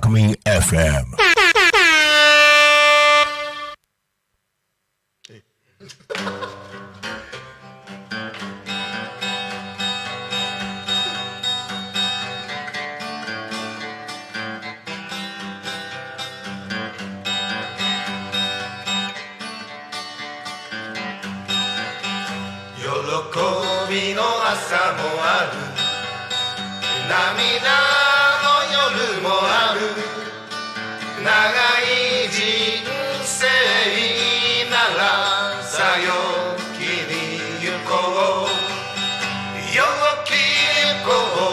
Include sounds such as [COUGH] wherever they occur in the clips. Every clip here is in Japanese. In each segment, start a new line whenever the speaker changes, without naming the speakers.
Green FM.
喜びの朝もある涙の夜もある長い人生ならさよきに行こう陽気に行こ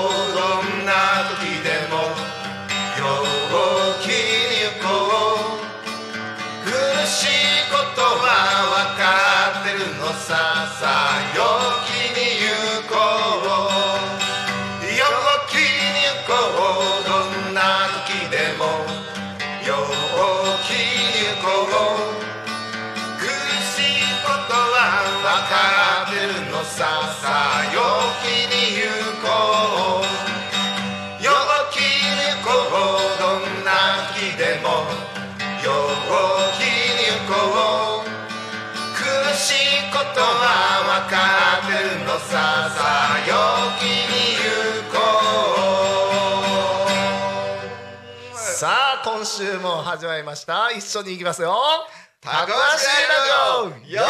うどんな時でも陽気に行こう苦しいことは分かってるのささあ陽気に行こう陽気に行こうどんな時でも陽気に行こう苦しいことは分かってるのささあ陽気に行こう陽気に行こうどんな時でも陽気に行こう苦しいことは分かってるのささあ陽気に行こう
さあ今週も始まりました一緒に行きますよ
たこ足ラジオ陽気に行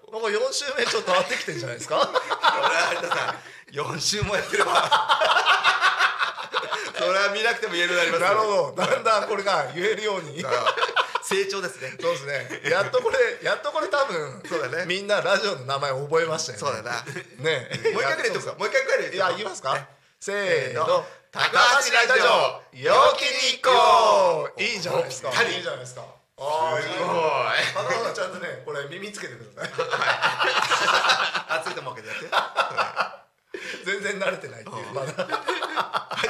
こ
うもう4週目ちょっと合ってきてんじゃないで
[LAUGHS]
すか
4週もやってればそれは見なくても言えるようになります
なるほどだんだんこれが言えるよ
[LAUGHS]
うに
成長ですね
そうですねやっとこれやっとこれ多分
そうだね
みんなラジオの名前覚えましたよね
そうだな
ねえ
もう一回ぐらい言っとくかもう一回ぐらい
い
言っ
や
とく
言いますかせーの
高橋ラジオ陽気に行こう
いいじゃないですか
ぴったり
いいじゃないですかああいい
す
じゃ
ご
ない高橋さんちゃんとねこれ耳つけてください
あついてもわけで [LAUGHS] やって
全然慣れてないっていうまだ
相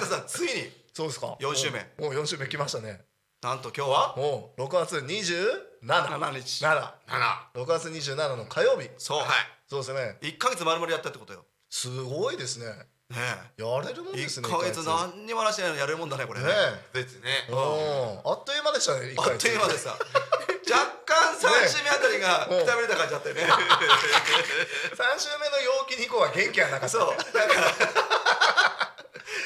田さんついに
そうですか
四週目
もう4週目来ましたね
なんと今日は
もう6月27
7日
七
7
6月27の火曜日
そうは
そうですね
い1か月まるまるやったってことよ
すごいですね
ね
やれるもん
え
です
1
ね
か月何にも話してないのにやれるもんだねこれ
ねえ
ですね
うんあっという間でしたね一ヶ
あっ
月
という間で [LAUGHS] さ若干3週目あたりがくたびれた感じだった [LAUGHS] よね
三週目の陽気に行こうは元気はなかった
そうだから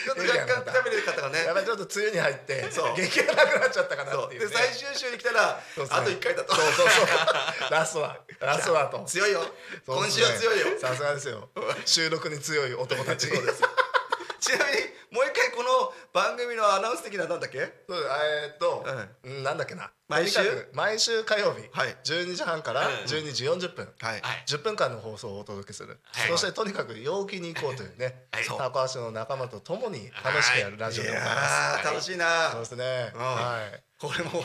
ちょっと若干くたびれた方がね
やばいちょっと梅雨に入って
そう
元気がなくなっちゃったかな
そ
っ
う
てい
で
うね
最終週に来たら
そうっすね
あと1回だと
そうそうそうラストはラストはと
[LAUGHS] 強いよ
そう
今
っす
週
ね
は強いよ
さすがですよ収録に強い男たち
そうですちなみにもう一回この番組のアナウンス的ななんだっけ
そうえーっと、
は
うんなんだっけな
毎週
とにかく毎週火曜日、
はい
12時半から12時40分、
はい
10分間の放送をお届けする、
はい
そしてとにかく陽気に行こうというね、
はい
高橋の仲間と共に楽しくやるラジオ
い
でございます。
やー楽しいな
そうですね、
うん
はい
これも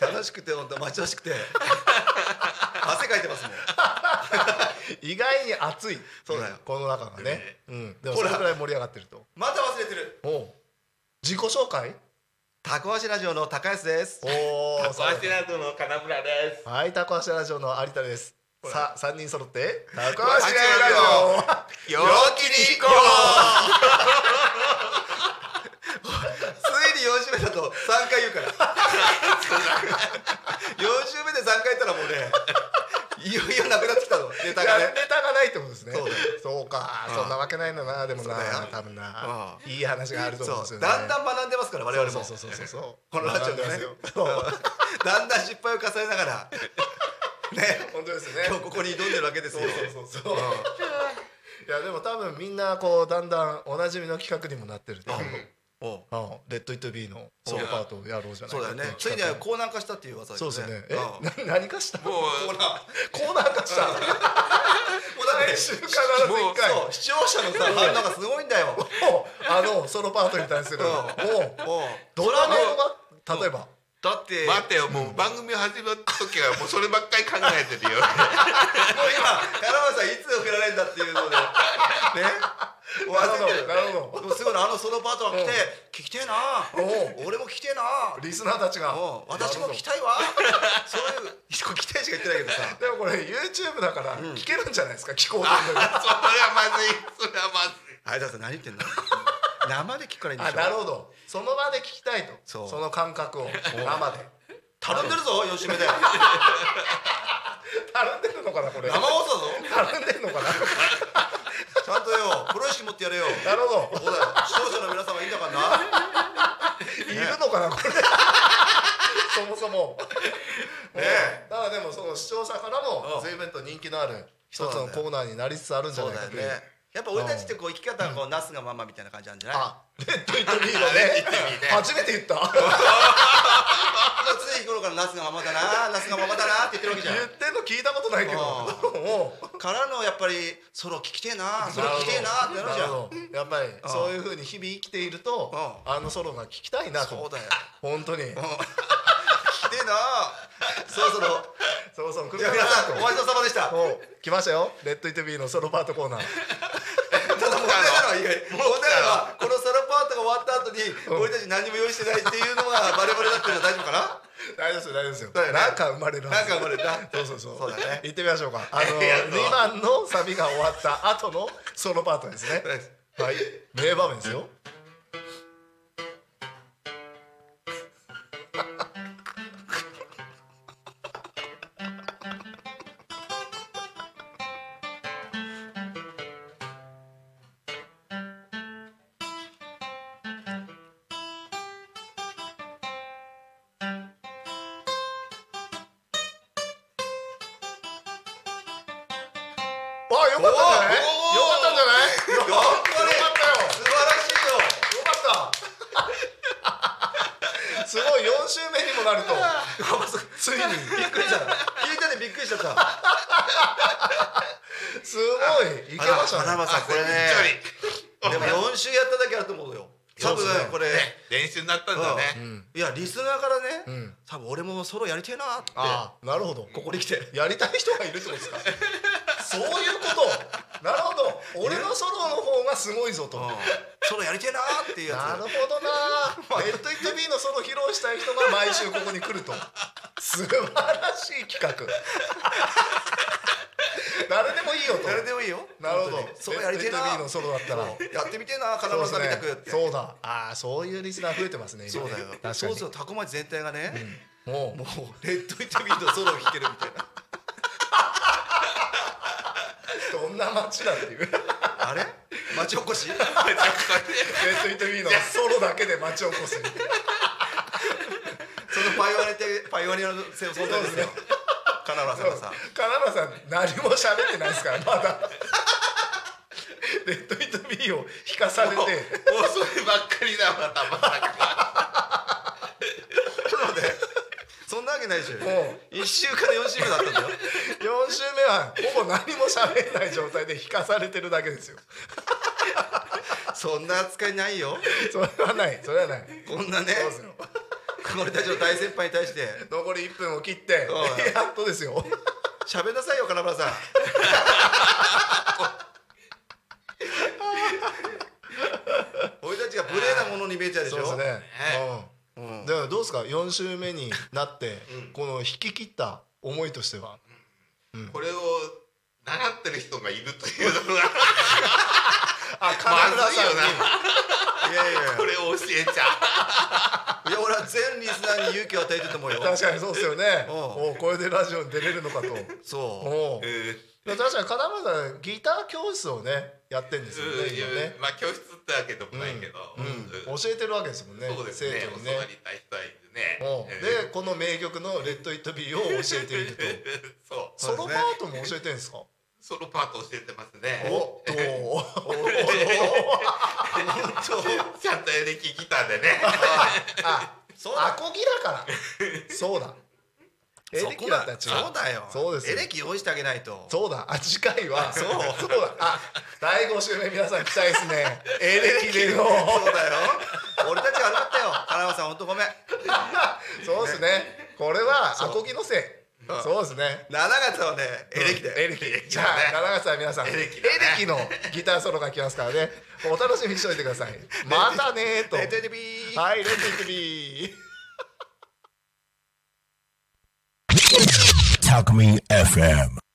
楽しくて本当待ち遠しくて [LAUGHS] 汗かいてますもん
意外に熱い
そうだよ
この中がね、うん、でも
ほ
そ
ら
れくらい盛り上がってると
また忘れてる
おう自己紹介
タコ足ラジオの高安です
お
タ
お
コ足ラジオの金村です。
はいタコ足ラジオの有田ですさ三人揃ってタコ
足ラ
ジオ
陽気に行こうついに4週目だと3回言うから4週目で3回言ったらもうねいよいよなくなってきたのネタが
や
ね
ネタがないってことですね
そうだよ
そうかそんなわけないんだなでもな
そうだよ
多分な
あ
いい話があると思うんです
そう
よね
だんだん学んでますから我々も
そうそうそうそうそう
このラジオでね
学んますよそう
だんだん失敗を重ねながらね
本当ですね
今日ここに挑んでるわけですよ
そうそうそういやでも多分みんなこうだんだんおなじみの企画にもなってると思う
うんおう
うんレッド・イット・ビーのソロパートをやろうじゃない
そうだよねついにはコーナー化したっていう噂
そうですよね
うん
えな何かしたコ
も
コー
う、
ナー
ーナー化し
[LAUGHS]
た
もうだって
来週必ず一
もう
回
そう視聴者のさ反応がすごいん [LAUGHS] だよ
もうあのソロパートに対する
うん
もう
もう
ドラマが例えば
だって
待ってよ、もう番組始まった時はもうそればっかり考えて
[LAUGHS]
る
もう今金
よ。
丸さんいつ送られるんだっていうのでねもう
なる
焦っ
ほど
てる
なるほど
でもすごいなあのソロパートが来て聞きてえな
お
俺も聞きてえな
リスナーたちが
うん私も聞きたいわそういうこれ聞きたいしか言ってないけどさ
[LAUGHS] でもこれ YouTube だから聞けるんじゃないですか聞こうと
それはまずい、それはまずい。
はいだって何言ってんの生で聞くからいいんで
あ
しょ
なるほどその場で聞きたいと
そ
そうの感覚を生で
頼んでるぞ吉部で
たるんでるのかなこれ
生放送だぞ
たるんでるのかな
ちゃんとよプロ意識持ってやれよ
なるほ
そうだよ視聴者の皆様いいんだからな
どいるのかなこ
[LAUGHS]
れそもそもね
え
だからでもその視聴者から
うん
も随分と人気のある一つ
そう
の
なんだよ
コーナーになりつつあるんじゃ
そう
ない
だよ
かと
ね
いう
やっぱ俺たちってこう生き方はこうなすがままみたいな感じなんじゃない
あレッド・イット・ビーの
レッドイットビーね
ね初めて言った言
常日頃からなすがままだななすがままだなって言ってるわけじゃん
ってんの聞いたことないけど
う
[LAUGHS] もう
からのやっぱりソロ聞きてえなソロ聞きてえなってなるじゃん
んやっぱりそういうふうに日々生きていると
う
あのソロが聞きたいな
そう
と
だよ
本当に
聞きてえなそろそろ
そうそう来
い
る
や
か
皆さんお
な
待ちどうさまでした
とお来ましたよレッド・イット・ビーのソロパートコーナー
ただ問題なのは意外問題なのはこのソロパートが終わった後に
ん
俺たち何も用意してないっていうのがバレバレだったら大丈夫か
[LAUGHS]
な
[LAUGHS] 大丈夫ですよ大丈夫ですよ
だよね
なんか生まれるは
なん
ず
か生まれた
そうそうそう
そうだね
行ってみましょ [LAUGHS] うかあの
やるぞ
2番のサビが終わった後のソロパートですねはい名場面ですよ
おーよ
あよかったんじゃないよかったんじゃないよかったよ
素晴らしいよ
よかった。 [LAUGHS] すごい四週目にもなると。ついに。
びっくりした聞いたでびっくりしちゃった
すごい。いけました
花
ね。
輪さんこれねでも4週やっただけあると思うよ多分
そうですね
これ
練習になったんだ
う
ね。
ん。
いやリスナーからね、
うん
多分俺もソロやりてえなって
ああ、なるほど。
ここに来て
やりたい人がいるってことですか。そういうこと。なるほど。俺のソロの方がすごいぞと。な
[LAUGHS] ソロやりてえなっていうやつ
るほどな。レッドイットビーのソロ披露したい人が毎週ここに来ると。素晴らしい
[LAUGHS]
企画。誰でもいいよと。
誰でもいいよ
なるほど
本当に。ソロやりてえな
レッドイットビーのソロだったら。
やってみてえな金村さんみたくって
そう,、そうだああそういうリスナー増えてますね今
そうだよ
確かに
そうするとタコ町全体がね、
もう
もうレッドイットビーのソロを弾けるみた
[LAUGHS]
いな
どんな街だっ
[LAUGHS]
ていうレッ
あれ町おこし
ドイットビーのソロだけで街を起こす
そのパイオニアってパイオニアのせ存在ですよ金村さんがさ
金村さん何も喋ってないですからまだレッドイットビーを引かされて
もうもうそればっかりだわ、まさか。
ちょっと待ってそんなわけないでしょ
もう
1週から4週目だったんだよ
4週目はほぼ何も喋んない状態で引かされてるだけですよ
そんな扱いないよ
それはないそれはない
こんなね
そうですよ
俺たちの大先輩に対して
残り1分を切って
そう
やっとですよ
喋んなさいよ金村さん俺たちが無礼なものに見えちゃうでし
そう
ょ
ですね。
う
うんん。だからどうですか。四週目になって、この引き切った思いとしては。
これを習ってる人がいるという
[LAUGHS]
のが、
あ、
まずいよ
に。
な。
いやいやいや
これを教えちゃ
いや俺は全リスナーに勇気を与えてると思うよ
確かにそうですよね。
うん
おうこれでラジオに出れるのかと。
[LAUGHS] そう
おう
う。うん
でも確かに金村さんギター教室をねやってんですよね
うんいや
今ね。
まあ教室ってわけでもないけど、うん
教えてるわけですもんね。
そうですね
生徒に
教
ね
わ。りたい人はいるね
おう
うん
でこの名曲の「レッド・イット・ビー」を教えていると
[LAUGHS] そう
ソロ
う
パ
ですね
ートも教えてるん
[LAUGHS]
ですか
ソロパート教えてますね [LAUGHS]
おっと
ちゃんとエレキギターでね
あ
そう
ア
だ
コギだからそうだエレキだったら違う
[LAUGHS] そこだそうだよ
そうです
エ
よ
レキ用意してあげないと
そうだあ次回は
そう
そうだあ第5週目皆さん期待ですね
[LAUGHS]
エレキでの
そうだよ俺たちが悪かったよ金村さん本当ごめん
そうですねこれはアコギのせいそうですね
7月はねエレキだよ
エレキじゃあ7月は皆さんエレ
レキだね
キのギターソロが来ますからねお楽しみにしておいてくださいまたねーと
レッドエレビー
はいレッドイットビー
Talk Me FM.